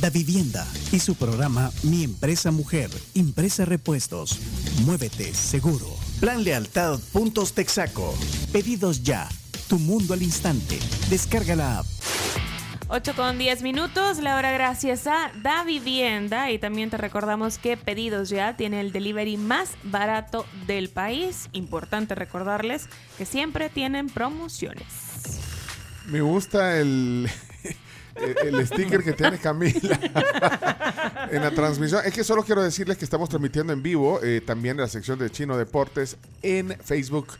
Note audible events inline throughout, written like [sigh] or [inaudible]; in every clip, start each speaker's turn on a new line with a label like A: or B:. A: Da Vivienda y su programa Mi Empresa Mujer, Impresa Repuestos, Muévete Seguro, Plan Lealtad Puntos Texaco, Pedidos Ya, Tu Mundo al Instante, descarga la app.
B: 8 con 10 minutos, la hora gracias a Da Vivienda y también te recordamos que Pedidos Ya tiene el delivery más barato del país. Importante recordarles que siempre tienen promociones.
C: Me gusta el, eh, el sticker que tiene Camila [laughs] en la transmisión. Es que solo quiero decirles que estamos transmitiendo en vivo eh, también la sección de Chino Deportes en Facebook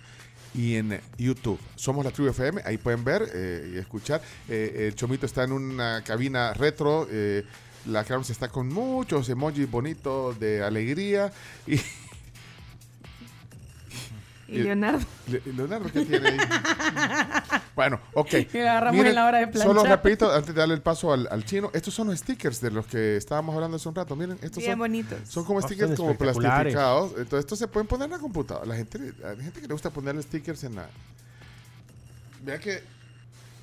C: y en YouTube. Somos la Tribu FM, ahí pueden ver eh, y escuchar. Eh, el Chomito está en una cabina retro. eh, la Carms está con muchos emojis bonitos de alegría. Y,
B: Y
C: Eh,
B: Leonardo.
C: Le- Leonardo, ¿qué tiene ahí? bueno, ok.
D: [laughs] Y lo agarramos en la hora de planchar.
C: Solo repito, antes de darle el paso al, al chino, estos son los stickers de los que estábamos hablando hace un rato. Miren, estos
B: Bien
C: son,
B: bonitos.
C: son como stickers
E: Bastante
C: como
E: Ah, espectaculares.
C: plastificados. Entonces, estos se pueden poner en la computadora. La gente, la gente que le gusta ponerle stickers en la... Vea que...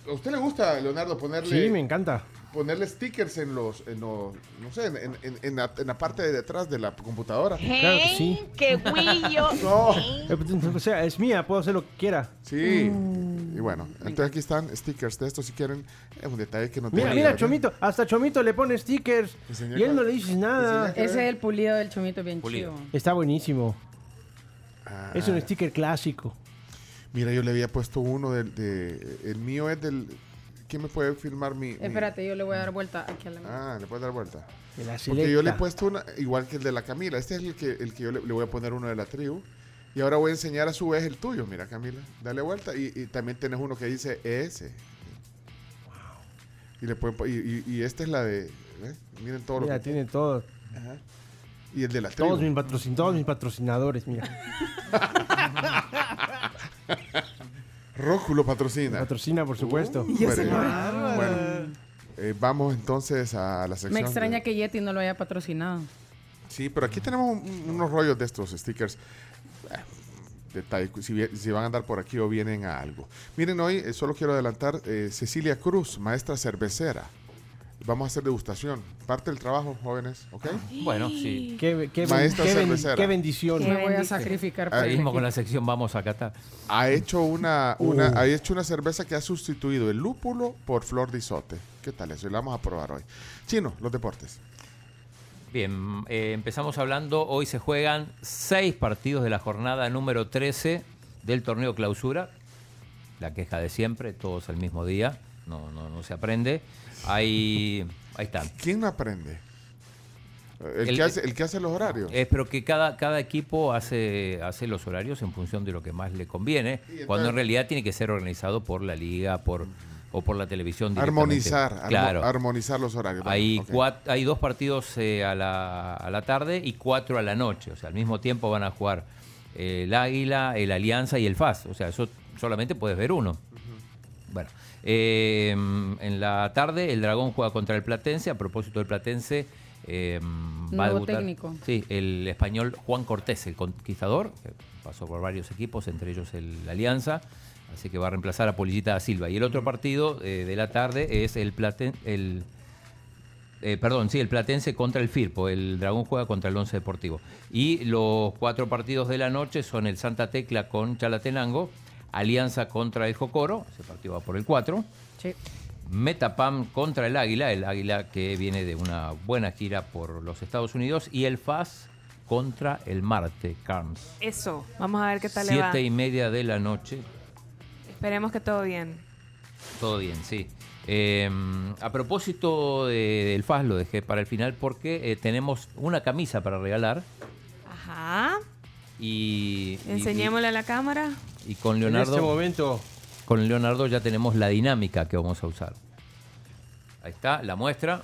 C: ¿A usted le gusta, Leonardo, ponerle,
E: Sí, me encanta.
C: ponerle stickers en los, en los- no sé, en, en- en- en la, en la parte de detrás de la computadora?
E: Claro que sí.
F: ¡Qué guillo!
C: No.
E: Eh, O sea, es mía, puedo hacer lo que quiera.
C: Sí.
E: Mm.
C: Y bueno, entonces aquí están stickers de estos si quieren. Es un detalle que no
E: Mira,
C: tiene
E: mira,
C: idea.
E: Chomito, hasta Chomito le pone stickers
C: Sí, señor.
E: y él no le dice nada.
C: Sí, señor.
D: Ese es el pulido del chomito bien
G: Pulido.
D: chivo.
E: Está buenísimo.
C: Ah,
E: Es un sticker clásico.
C: Mira, yo le había puesto uno del. De, el mío es del. ¿Quién me puede filmar mi.? mi-
D: Espérate, yo le voy a dar vuelta aquí a la mesa.
C: Ah, le puedes dar vuelta.
E: de la
C: Porque yo le he
E: selecta.
C: puesto una, igual que el de la Camila. Este es el que, el que yo le, le voy a poner uno de la tribu. Y ahora voy a enseñar a su vez el tuyo. Mira, Camila, dale vuelta. Y, y también tenés uno que dice ese. Y, le pueden, po- y, y- y esta es la de. ¿eh? Miren todo lo
E: Mira,
C: que
E: tiene todo.
C: Y el de la tribu.
E: Todos mis, patrocin- todos mis patrocinadores, mira.
C: Róculo patrocina.
E: Patrocina,
C: Uh,
E: por supuesto.
C: Hombre, bueno, eh, vamos entonces a la sección.
D: Me extraña
C: de-
D: que Yeti no lo haya patrocinado.
C: Sí, pero aquí tenemos un- unos rollos de estos stickers. Eh, Detalle, si, vi- si van a andar por aquí o vienen a algo. Miren, hoy eh, solo quiero adelantar eh, Cecilia Cruz, maestra cervecera. Vamos a hacer degustación. Parte del trabajo, jóvenes, ¿ok?
G: Bueno, sí.
E: Qué, qué ben-
C: Maestra
E: qué ben-
C: cervecera.
E: qué bendición.
D: Me voy a
B: bendice.
C: [laughs]
D: sacrificar
C: Ah,
D: por
G: Mismo
D: Yeti.
G: con la sección vamos a Qatar.
C: Ha hecho una, una, ha hecho una cerveza que ha sustituido el lúpulo por flor de isote. ¿Qué tal eso? Y la vamos a probar hoy. Chino, los deportes.
G: Bien, eh, empezamos hablando. Hoy se juegan seis partidos de la jornada número 13 del torneo clausura. La queja de siempre, todos el mismo día. No, no, no se aprende. Ahí, ahí están.
C: ¿Quién no aprende? El,
G: El-
C: que hace, el que hace los horarios.
G: Es pero que cada, cada equipo hace, hace los horarios en función de lo que más le conviene,
C: entonces-
G: cuando en realidad tiene que ser organizado por la liga por, o por la televisión. directamente.
C: armonizar, armo-
G: Claro.
C: armonizar los horarios.
G: Hay,
C: Ok.
G: cuat- hay dos partidos eh, a, la, a la tarde y cuatro a la noche. O sea, al mismo tiempo van a jugar eh, el Águila, el Alianza y el FAS. O sea, eso solamente puedes ver uno. Bueno, eh, en la tarde el Dragón juega contra el Platense. A propósito del Platense, eh, va a
D: Nuevo
G: debutar.
D: técnico.
G: Sí, el español Juan Cortés, el conquistador, que pasó por varios equipos, entre ellos el la Alianza. Así que va a reemplazar a Polillita da Silva. Y el otro partido eh, de la tarde es el, Platen el eh, perdón, sí, el Platense contra el Firpo. El Dragón juega contra el Once Deportivo. Y los cuatro partidos de la noche son el Santa Tecla con Chalatenango, Alianza contra el Jocoro, ese partido va por el 4,
D: Sí.
G: Metapam contra el Águila, el Águila que viene de una buena gira por los Estados Unidos, y el FAS contra el Marte, Carms.
B: Eso, vamos a ver qué tal le va.
G: Siete y media de la noche,
B: Esperemos que todo bien.
G: Todo bien, sí. Eh,
A: Mm,
G: a propósito de- del FAS, lo dejé para el final porque eh, tenemos una camisa para regalar
B: Ajá.
G: y, y-
B: Enseñémosle a la cámara.
G: y con
E: En este
G: Leonardo
E: momento.
G: con Leonardo ya tenemos la dinámica que vamos a usar. Ahí está la muestra.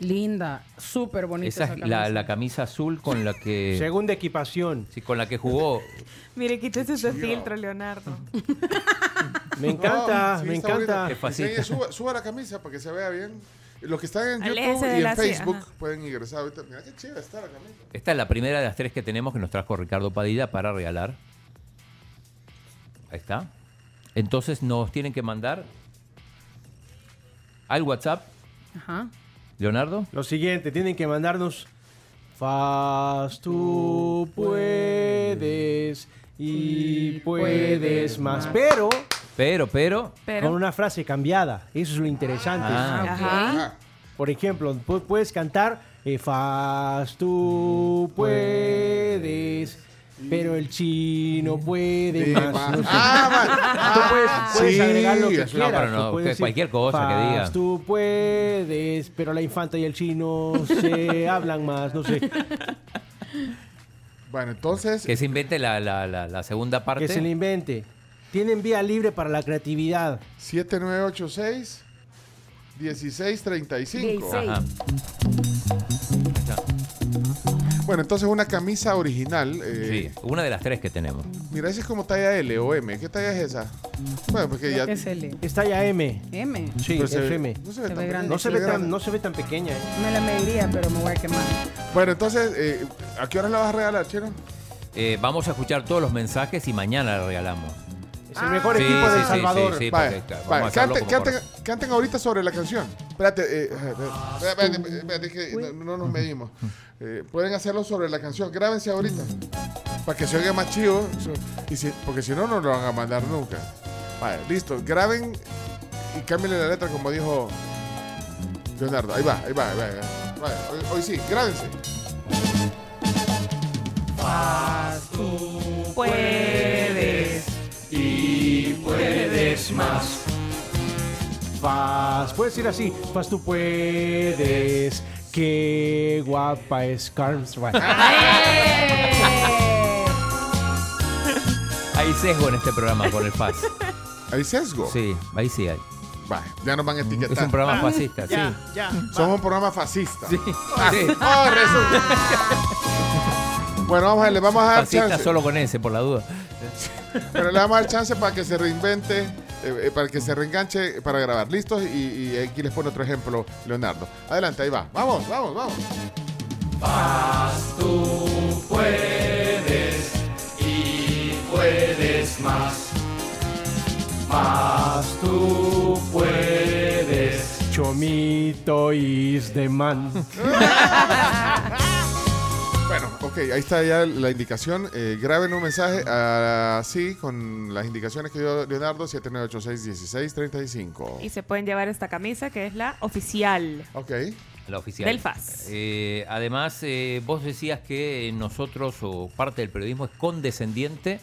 D: Linda, súper bonita.
A: Esa
D: esa
A: es la,
D: camisa.
A: la camisa azul con la
G: eh,
A: que,
E: Segunda equipación.
A: sí, con la que jugó.
B: Mire, quítese ese filtro,
G: [laughs]
B: Leonardo.
E: Me encanta,
C: No, sí,
E: me
C: está
E: encanta.
A: Qué
C: bonita.
A: facita.
C: Diseñe, Suba, suba la camisa para que se vea bien. Los que están en
B: Aléjese
C: YouTube
B: de
C: y
B: la
C: en
B: silla,
C: Facebook
B: ajá.
C: pueden ingresar ahorita. Mira qué chida está la camisa.
A: Esta es la primera de las tres que tenemos que nos trajo Ricardo Padilla para regalar. Ahí está. Entonces nos tienen que mandar al WhatsApp,
D: Ajá.
A: Leonardo.
E: Lo siguiente, tienen que mandarnos. Faz tú puedes y puedes más. Pero
A: Pero, pero,
B: Pero.
E: con una frase cambiada. Eso es lo interesante.
A: Ah.
B: Ajá.
C: Ah,
E: Por ejemplo, pu- puedes cantar eh, Faz tú puedes, pero el chino puede
C: Sí,
E: más.
C: más.
E: No sé.
C: Ah,
E: Tú puedes, Pues, puedes
C: Sí,
E: agregar lo que
C: no,
E: quieras.
A: pero no,
E: Tú puedes
A: que
E: decir,
A: cualquier cosa que diga.
E: "Faz Tú puedes, pero la infanta y el chino
A: [laughs]
E: se hablan más, no sé.
C: va. Bueno, entonces.
A: que se invente la, la- la- la segunda parte.
E: Que se le invente. Tienen vía libre para la creatividad.
C: 7986 1635.
H: Dieciséis.
A: Ajá.
C: Bueno, entonces una camisa original. eh,
A: Sí, una de las tres que tenemos.
C: Mira, esa es como talla L o M. ¿Qué talla es esa? Bueno, porque ya.
D: ¿Qué es L?
E: Está ya M.
D: M.
E: Sí,
C: pero se ve-
E: FM.
C: No se ve
D: Se
C: tan
D: ve
C: pequeña,
D: grande.
E: No se, ve tan,
C: pues, eh, grande.
E: no se ve tan pequeña. ¿eh?
D: Me la mediría, pero me voy a quemar.
C: Bueno, entonces, eh, ¿a qué hora la vas a regalar, Chino?
A: Eh, vamos a escuchar todos los mensajes y mañana la regalamos.
E: Es el mejor
A: Ah. Sí,
E: equipo de
A: sí,
E: El
A: sí,
E: Salvador.
A: sí, sí,
C: Vaya,
A: porque, claro,
C: vaya,
A: vamos a hacerlo
C: Canten,
A: como
C: canten-
A: corre-
C: canten ahorita sobre la canción. Espérate, eh, espérate, espérate, espérate, que no, no nos medimos. Eh, pueden hacerlo sobre la canción. Grábense ahorita. Para que se oiga más chido. so- y si- porque si no, no lo van a mandar nunca. Vaya, listo. Graben y cámbienle la letra como dijo Leonardo. Ahí va, ahí va, ahí va. ahí va. Vaya, hoy, hoy sí, grábense.
B: pues, Puedes.
E: Faz, puedes ir así. Faz, tú puedes. Qué guapa es Carmen Stride.
A: Hay sesgo en este programa con el FAS.
C: Hay sesgo.
A: Sí, ahí sí hay.
C: Vaya, ya nos van a
A: Es
C: etiquetar.
A: un programa fascista, sí.
E: ya.
C: Somos un programa fascista.
A: Sí.
C: Oh, resulta. bueno, vamos a, le vamos a dar
A: Fascista
C: chance.
A: solo con ese, por la duda.
C: Pero le vamos a dar chance para que se reinvente, eh, eh, para que se reenganche para grabar. ¿Listos? Y, y aquí les pone otro ejemplo, Leonardo. Adelante, ahí va. Vamos, vamos, vamos.
E: Faz, tú puedes. Chomito is the man.
C: Bueno, ok, ahí está ya la indicación. Eh, graben un mensaje así con las indicaciones que dio Leonardo, 7986-1635.
B: Y se pueden llevar esta camisa que es la oficial.
C: Ok.
A: La oficial.
B: Del FAS.
A: Eh, además, eh, vos decías que nosotros, o parte del periodismo, es condescendiente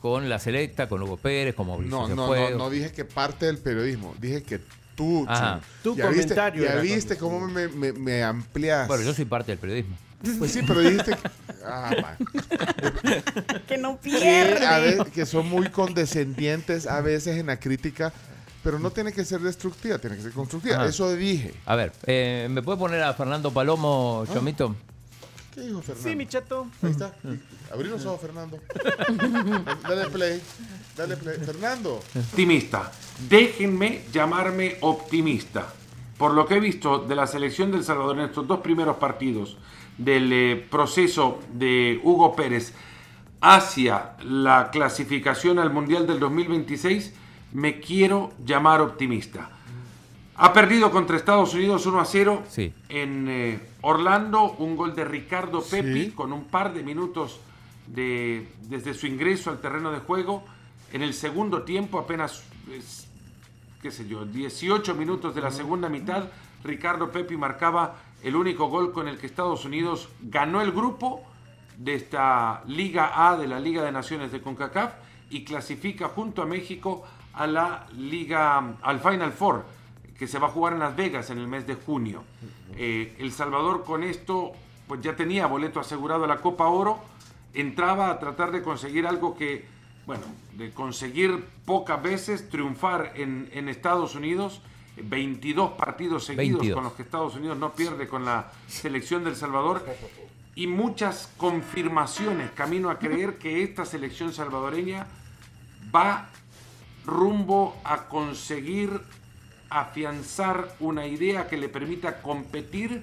A: con la selecta, con Hugo Pérez, con Mauricio
C: No, no, no,
A: Cefuego.
C: no dije que parte del periodismo, dije que tú,
A: Ajá.
C: Chino.
E: Tu
C: ya viste,
E: comentario
C: ya
E: era
C: viste
E: cuando-
C: cómo me, me, me amplias.
A: Bueno, yo soy parte del periodismo.
C: Pues sí, pero dijiste que, [laughs] ah, va.
D: [laughs] que no
C: que, a ve- que son muy condescendientes a veces en la crítica, pero no tiene que ser destructiva, tiene que ser constructiva.
A: Ajá.
C: Eso dije.
A: A ver, eh, ¿me puede poner a Fernando Palomo, Chomito?
C: ¿Qué dijo Fernando?
E: Sí, mi chato.
C: Ahí está.
A: Mm.
C: Abrí los ojos, Fernando. Dale play. Dale play. Fernando.
G: optimista. Déjenme llamarme optimista. Por lo que he visto de la selección del Salvador en estos dos primeros partidos del eh, proceso de Hugo Pérez hacia la clasificación al Mundial del 2026, me quiero llamar optimista. Ha perdido contra Estados Unidos 1 a 0
A: Sí.
G: en eh, Orlando, un gol de Ricardo Pepi
C: Sí.
G: con un par de minutos de, desde su ingreso al terreno de juego. En el segundo tiempo, apenas, es- qué sé yo, 18 minutos de la segunda mitad, Ricardo Pepi marcaba el único gol con el que Estados Unidos ganó el grupo de esta Liga A de la Liga de Naciones de CONCACAF y clasifica junto a México a la Liga, al Final Four que se va a jugar en Las Vegas en el mes de junio. Eh, el Salvador con esto pues ya tenía boleto asegurado a la Copa Oro, entraba a tratar de conseguir algo que, bueno, de conseguir pocas veces, triunfar en, en Estados Unidos 22 partidos seguidos
A: 22.
G: con los que Estados Unidos no pierde con la selección del Salvador y muchas confirmaciones camino a creer que esta selección salvadoreña va rumbo a conseguir afianzar una idea que le permita competir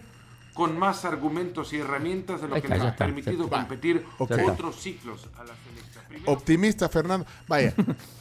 G: con más argumentos y herramientas de lo
A: Ahí
G: que
A: está,
G: les
A: ya
G: ha
A: está,
G: permitido
A: ya está.
G: competir
C: Ok.
G: otros ciclos a la selección. Primero,
C: Optimista, Fernando.
D: [laughs]
C: Vaya,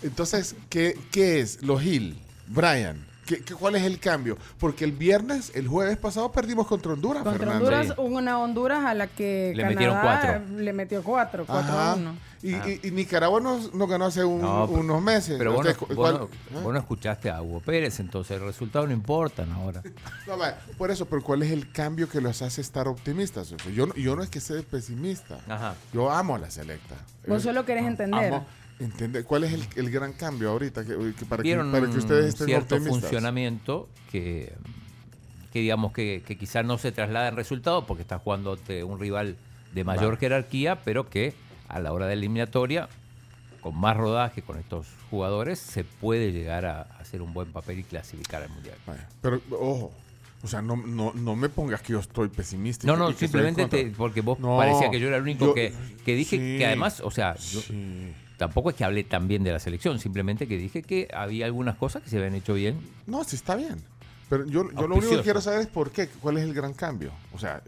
C: entonces, ¿qué, qué es lo Gil? Brian, ¿qué, qué- cuál es el cambio? Porque el viernes, el jueves pasado, perdimos contra Honduras,
D: Contra
C: Fernando.
D: Honduras,
A: Sí.
D: una Honduras a la que
A: Le
D: Canadá
A: metieron cuatro.
D: le metió cuatro, cuatro a
C: Ajá.
D: uno.
C: Y, y- y Nicaragua nos, nos ganó hace un-
A: Ah. No, pero-
C: unos meses.
A: Pero vos no,
C: Entonces, ¿cu-
A: vos
C: cuál-
A: no-
C: ¿Ah?
A: vos no escuchaste a Hugo Pérez, entonces el resultado no importan ahora.
C: No, vaya, por eso, pero ¿cuál es el cambio que los hace estar optimistas? O sea, Yo, no- yo no es que sea pesimista.
A: Ajá.
C: Yo amo a la selecta.
D: Vos solo querés entender.
C: Ah, Amo- entender. ¿Cuál es el, el gran cambio ahorita que, que para, que,
A: Vieron
C: para que ustedes estén
A: cierto
C: optimistas?
A: funcionamiento que, que digamos que, que quizás no se traslada en resultado porque estás jugando ante un rival de mayor jerarquía, pero que a la hora de la eliminatoria, con más rodaje con estos jugadores, se puede llegar a hacer un buen papel y clasificar al Mundial.
C: Vaya, Pero, ojo, o sea, no, no, no me pongas que yo estoy pesimista. y
A: No,
C: que-
A: no,
C: y que estoy en
A: simplemente
C: contra.
A: te- porque vos
C: No,
A: parecía que yo era el único
C: yo-
A: que, que dije
C: sí,
A: que además, o sea, yo
C: sí.
A: tampoco es que hablé tan bien de la selección, simplemente que dije que había algunas cosas que se habían hecho bien.
C: No, sí está bien. Pero yo, yo lo único que
A: Auspicioso.
C: quiero saber es por qué, cuál es el gran cambio. O sea,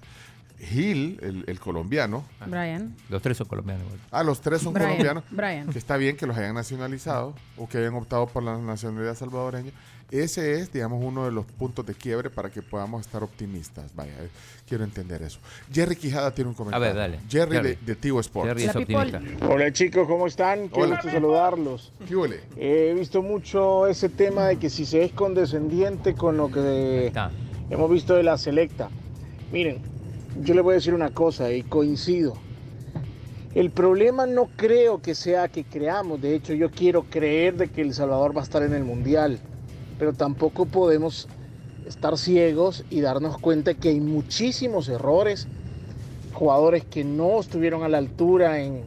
C: Gil, el, el colombiano,
D: Brian.
A: Los tres son colombianos. igual.
C: ah, los tres son
D: Brian,
C: colombianos,
D: Brian.
C: que está bien que los hayan nacionalizado o que hayan optado por la nacionalidad salvadoreña. Ese es, digamos, uno de los puntos de quiebre para que podamos estar optimistas. Vaya, eh, quiero entender eso. Jerry Quijada tiene un comentario.
A: ver, dale.
C: Jerry,
A: Jerry.
C: De, de Tigo Sports.
A: Jerry
D: La
A: es optimista.
I: Hola chicos, ¿cómo están? Qué
C: Hola.
I: gusto saludarlos.
C: ¿Qué huele?
I: He visto mucho ese tema de que si se es condescendiente con lo
A: Ahí
I: que
A: está.
I: hemos visto de la selecta. Miren, yo les voy a decir una cosa y coincido. El problema no creo que sea que creamos, de hecho yo quiero creer de que El Salvador va a estar en el Mundial, pero tampoco podemos estar ciegos y darnos cuenta que hay muchísimos errores, jugadores que no estuvieron a la altura en,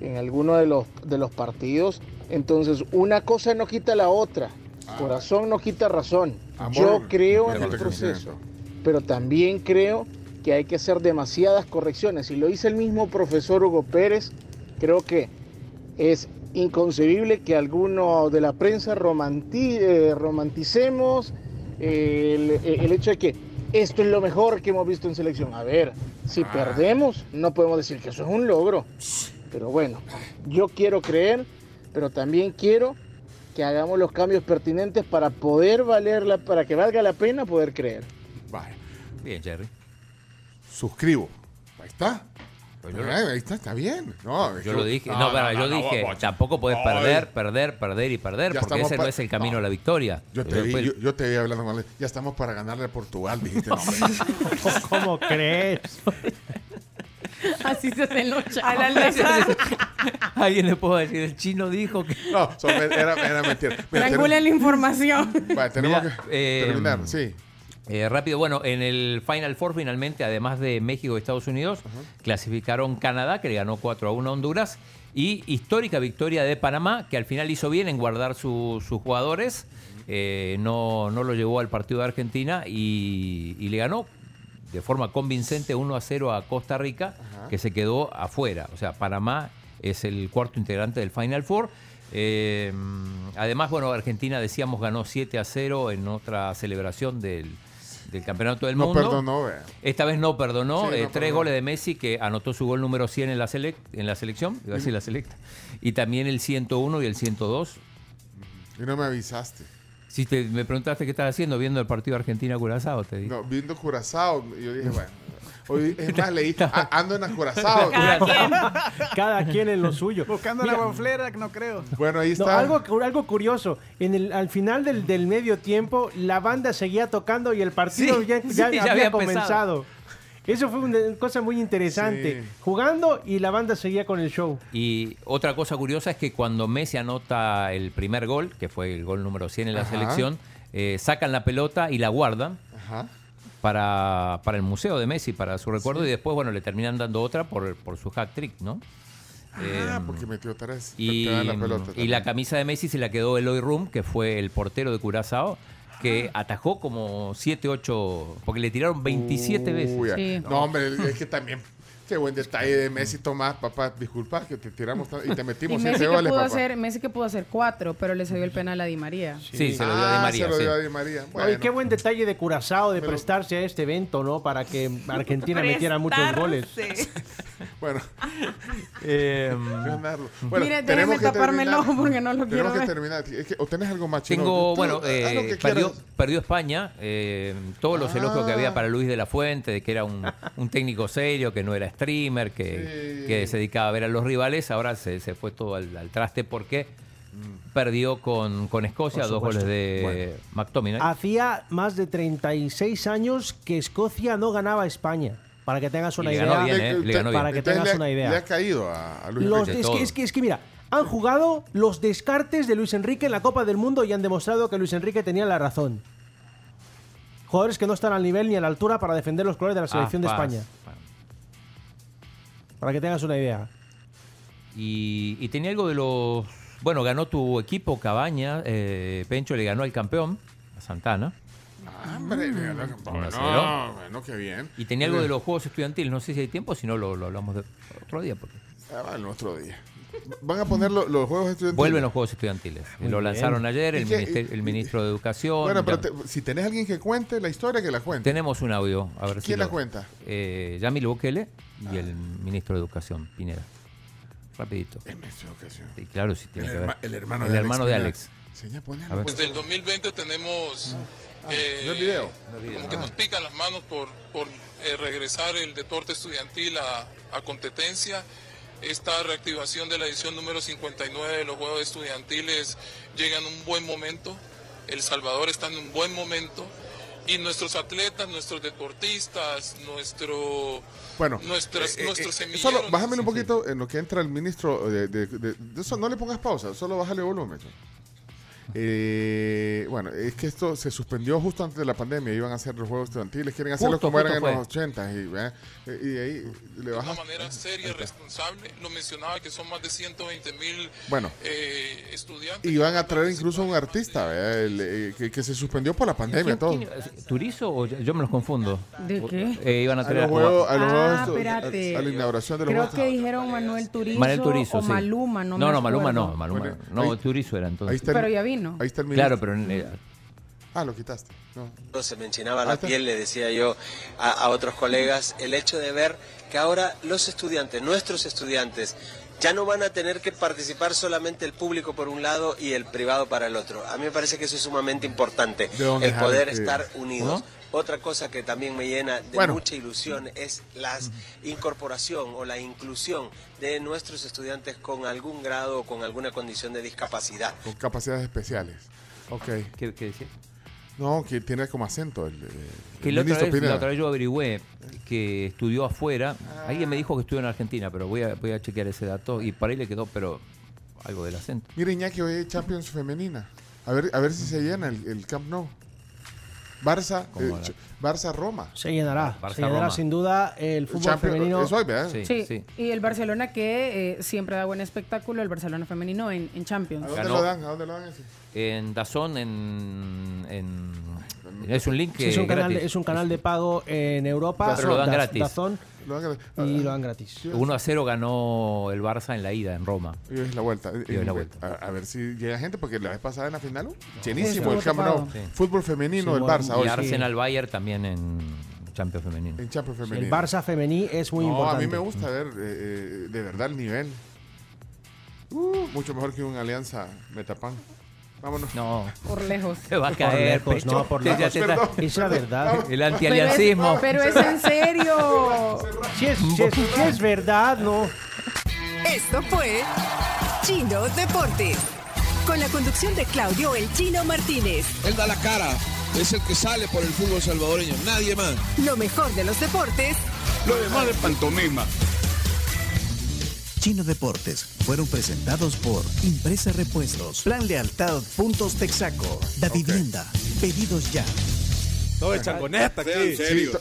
I: en alguno de los, de los partidos, entonces una cosa no quita la otra, corazón no quita razón,
C: Amor,
I: yo creo en
C: pero
I: el
C: te
I: proceso
C: consiento.
I: pero también creo que hay que hacer demasiadas correcciones. Y lo dice el mismo profesor Hugo Pérez, creo que es inconcebible que alguno de la prensa romanti- eh, romanticemos eh, el, el hecho de que esto es lo mejor que hemos visto en selección. A ver, si perdemos, no podemos decir que eso es un logro. Pero bueno, yo quiero creer, pero también quiero que hagamos los cambios pertinentes para poder valerla, para que valga la pena poder creer.
C: Vaya,
A: Bien, Jerry.
C: suscribo. Ahí está.
A: Pues yo lo-
C: Ay, ahí está, está bien. No, es
A: Yo
C: que-
A: lo dije. No, pero yo dije,
C: guacho.
A: tampoco podés
C: Ay,
A: perder, perder, perder y perder,
C: Ya
A: porque
C: estamos
A: ese no
C: pa-
A: es el camino
C: no.
A: a la pues victoria.
C: Yo te,
A: Pero
C: vi,
A: después-
C: yo, yo te vi hablando con él. Ya estamos para ganarle a Portugal, dijiste. No,
A: [laughs]
C: hombre.
E: ¿Cómo crees?
D: [laughs] Así se hacen los chavos.
B: A la alza.
A: [laughs] Alguien le puedo decir, el chino dijo que.
C: no son- era, era mentira. Mira,
D: Triangula la información.
C: tenemos- vale, tenemos
A: Mira,
C: que
A: eh,
C: terminar, sí.
A: Eh, rápido, bueno, en el Final Four finalmente, además de México y Estados Unidos, clasificaron Canadá, que le ganó 4 a 1 a Honduras, y histórica victoria de Panamá, que al final hizo bien en guardar su- sus jugadores, eh, no, no lo llevó al partido de Argentina y, y le ganó de forma convincente 1 a 0 a Costa Rica, que se quedó afuera. O sea, Panamá es el cuarto integrante del Final Four. Eh, además, bueno, Argentina, decíamos, ganó 7 a 0 en otra celebración del, del Campeonato del
C: No
A: Mundo.
C: perdonó, vea.
A: Esta vez no perdonó.
C: Sí, no
A: eh, tres
C: perdonó.
A: goles de Messi, que anotó su gol número 100 en la, selec- en la selección, iba a decir la selecta, y también el 101 y el 102.
C: Y no me avisaste.
A: Si te, me preguntaste qué estás haciendo viendo el partido Argentina-Curazao, te dije.
C: No, viendo Curazao, yo dije, bueno. Hoy, es
A: [laughs]
C: más, leí, "Ah, ando en Curazao.
E: Cada quien en lo suyo.
J: Buscando
E: Mira,
J: la bonflera, no creo.
C: Bueno, ahí
E: No,
C: está.
E: algo, algo curioso, en el, al final del, del medio tiempo la banda seguía tocando y el partido
A: Sí, [laughs]
E: ya,
A: sí,
E: ya
A: ya
E: había,
A: había
E: comenzado. Eso fue una cosa muy interesante.
C: Sí.
E: Jugando y la banda seguía con el show.
A: Y otra cosa curiosa es que cuando Messi anota el primer gol, que fue el gol número 100 en la
C: Ajá.
A: selección, eh, sacan la pelota y la guardan
C: Ajá.
A: para, para el museo de Messi, para su recuerdo, y después, bueno, le terminan dando otra por, por su hack trick, ¿no?
C: Ah,
A: Em,
C: porque metió tres.
A: y,
C: Te dan la pelota
A: y la
C: también.
A: camisa de Messi se la quedó Eloy Room, que fue el portero de Curazao, que
C: Ah.
A: atajó como 7, 8, porque le tiraron 27
C: Uy,
A: veces.
C: ah. No, hombre, es que también. Qué buen detalle de Messi, Tomás, papá. Disculpa que te tiramos tan- y te
D: Y
C: metimos
D: Messi
C: 7
D: que,
C: goles,
D: pudo
C: papá.
D: hacer, Messi que pudo hacer cuatro, pero le cedió el penal a Di María.
A: Sí, se lo dio a Di
C: Ah,
A: María,
C: Se lo dio
A: sí.
C: a Di María.
I: Oye,
C: Bueno,
I: qué buen detalle de Curazao de prestarse a este evento, ¿no? Para que
B: [laughs]
I: Argentina metiera muchos goles.
B: Prestarse.
D: [laughs]
C: bueno.
A: Eh,
C: ganarlo. Bueno,
D: Mire,
C: tenemos
D: déjeme
C: que
D: taparme el
C: terminar.
D: ojo porque no lo quiero
C: Tenemos que
D: ver.
C: terminar. Es que, ¿O tenés algo más, Chino?
A: Tengo,
C: Tú,
A: bueno,
C: haz lo
A: eh,
C: que
A: perdió,
C: quieras.
A: perdió España, eh, todos los elogios que
I: Ah.
A: había para Luis de la Fuente, de que era un, un técnico serio, que no era streamer, que,
C: Sí.
A: que se dedicaba a ver a los rivales, ahora se, se fue todo al, al traste porque perdió con, con Escocia
I: Por
A: dos
I: supuesto.
A: goles de McTominay.
I: Hacía más de 36 años que Escocia no ganaba a España. Para que tengas
A: Y
I: una
A: le
I: idea.
A: ganó bien,
C: de-
A: ¿eh? Le ganó bien.
I: para que
C: Entonces,
I: tengas
C: le ha-
I: una idea.
C: Le ha caído a, a Luis
I: Los
C: Enrique.
A: de
I: des-
A: todo.
I: es, que, es que mira, han jugado los descartes de Luis Enrique en la Copa del Mundo y han demostrado que Luis Enrique tenía la razón. Jugadores que no están al nivel ni a la altura para defender los colores de la selección de
A: Ah, paz.
I: España. Para que tengas una idea.
A: Y, y tenía algo de los. Bueno, ganó tu equipo, Cabaña. eh, Pencho le ganó al campeón, a Santana.
C: Ah, hombre, le ganó.
A: aceleró.
C: Bueno, bueno, qué bien.
A: Y tenía algo de los juegos estudiantiles. No sé si hay tiempo, si no lo, lo hablamos de otro día. Porque
C: Ah, va, el otro día. Van a poner lo- los juegos estudiantiles.
A: vuelven los juegos estudiantiles.
I: Muy
A: lo
I: bien.
A: lanzaron ayer el,
C: ¿Y qué-
A: minister-
C: y-
A: el ministro de Educación.
C: Bueno, pero
A: Ya-
C: te- si tenés alguien que cuente la historia, que la cuente.
A: Tenemos un audio. A ver si
C: ¿Quién la
A: lo-
C: cuenta? Ah.
A: Eh, Yamil Bukele y el ministro de Educación, Pineda. Rapidito.
C: En esta ocasión.
A: Y claro, sí tiene
C: El,
A: que ver.
C: herma- el hermano
A: El
C: de
A: hermano de Alex.
C: Sí, ya ponelo,
A: A ver.
C: pues.
K: Desde el 2020 tenemos eh,
C: No es Ah, video.
K: como que nos pican las manos por, por, eh, regresar el deporte estudiantil a, a competencia. Esta reactivación de la edición número 59 de los Juegos Estudiantiles llega en un buen momento. El Salvador está en un buen momento. Y nuestros atletas, nuestros deportistas, nuestro,
C: Bueno,
K: nuestras,
C: eh, eh,
K: nuestros
C: eh,
K: semilleros.
C: solo bájamelo un poquito en lo que entra el ministro de, de- de- de eso. No le pongas pausa, solo bájale volumen. Eh, bueno, es que esto se suspendió justo antes de la pandemia. Iban a hacer los juegos estudiantiles, quieren hacerlos
A: Justo,
C: como eran en
A: justo
C: los 80 y, ¿verdad? Eh, y ahí le
K: de una
C: bajas.
K: manera seria, responsable. Lo mencionaba que son más de 120 mil
C: Bueno,
K: eh, estudiantes.
C: y van a traer incluso a un artista ¿verdad? El, eh, que, que se suspendió por la pandemia.
A: ¿Quién-
C: Todo.
A: quién- ¿Turizo o yo yo me los confundo?
D: ¿De qué?
A: Eh, iban a
C: A
A: traer
C: los juegos, a los
D: Ah,
C: juegos- a-
D: espérate.
C: a la inauguración de los
D: Creo
C: juegos.
D: que dijeron Manuel Turizo,
A: Manuel Turizo,
D: o
A: sí.
D: Maluma, no
A: no,
D: me
A: no, Maluma
D: acuerdo.
A: no, Maluma.
C: Bueno,
A: no,
C: ahí-
A: Turizo era
C: Ahí
A: entonces.
C: está el-
D: Pero ya vino.
C: Ahí está el ministro.
A: Claro, pero eh,
C: Ah, lo quitaste. No.
L: se me enchinaba
C: Ahí
L: la
C: está.
L: piel, le decía yo a, a otros colegas, el hecho de ver que ahora los estudiantes, nuestros estudiantes, ya no van a tener que participar solamente el público por un lado y el privado para el otro. A mí me parece que eso es sumamente importante,
C: ¿De dónde
L: el
C: es,
L: poder
C: Ale?
L: estar
C: Eh,
L: unidos.
A: ¿no?
L: Otra cosa que también me llena de
C: Bueno. Mm.
L: mucha ilusión es la incorporación o la inclusión de nuestros estudiantes con algún grado o con alguna condición de discapacidad.
C: Con capacidades especiales. Ok.
A: ¿qué, qué decía?
C: No, que tiene como acento el, eh,
A: Que
C: el
A: la otra,
C: ministro
A: vez,
C: Pineda.
A: la otra vez yo averigüé que estudió afuera. Alguien me dijo que estudió en Argentina, pero voy a, voy a chequear ese dato. Y para ahí le quedó, pero algo del acento.
C: Mira, Iñaki, hoy hay Champions femenina. A ver, a ver si se llena el, el Camp Nou. Barça,
A: ¿Cómo
C: eh,
A: la-
C: Ch- Barça Roma.
I: Se llenará.
A: Barça,
I: se llenará
A: Roma.
I: sin duda el fútbol
C: Champions-
I: femenino.
C: es hoy, ¿verdad?
A: Sí,
D: Sí,
A: sí.
D: y el Barcelona que eh, siempre da buen espectáculo, el Barcelona femenino en, en
C: ¿A
D: Champions.
C: dónde
A: Ganó.
C: lo dan? ¿A dónde lo dan? ese?
A: En Dazón, en, en- es un link que
I: es, un canal,
A: gratis.
I: es un canal de pago en Europa.
A: Pero lo dan
I: Daz-
A: gratis.
I: Dazón,
C: Lo dan a- Ah,
I: y lo dan gratis.
A: 1 a 0 ganó el Barça en la ida, en Roma.
C: Y es la vuelta.
A: Y es la
C: Eh,
A: vuelta.
C: A, a ver si llega gente, porque la vez pasada en la final, uh, llenísimo
D: Sí,
C: el Camp Nou.
D: estuvo
A: tapado. Sí.
C: Fútbol femenino
I: Sí,
C: del
I: bueno,
C: Barça
A: Y
C: hoy.
A: Arsenal Bayern también en Champions Femenino.
C: En Champions femenino.
I: El Barça femenil es muy
C: no,
I: importante.
C: a mí me gusta ver eh, eh, de verdad el nivel. Uh, mucho mejor que una alianza Metapan. Vámonos.
A: No,
D: Por lejos.
A: te va a
I: Por
A: caer,
I: lejos,
A: eh, Pecho.
I: no, por
A: Te- ya
I: lejos.
A: te está-
C: [laughs] Perdón.
I: Es la verdad.
A: El
D: Pero es-
A: antialiancismo.
D: Pero es
A: [laughs]
D: en serio.
I: Si es, si es- si es verdad, no.
H: Esto fue Chino Deportes. Con la conducción de Claudio El Chino Martínez.
K: Él da la cara, es el que sale por el fútbol salvadoreño, nadie más.
H: Lo mejor de los deportes
K: Lo demás de pantomima.
M: Chino Deportes fueron presentados por Impresa Repuestos, Plan Lealtad, Puntos Texaco, Da Vivienda, Pedidos Ya.
K: Todo el changoneta aquí.
C: Sí, to-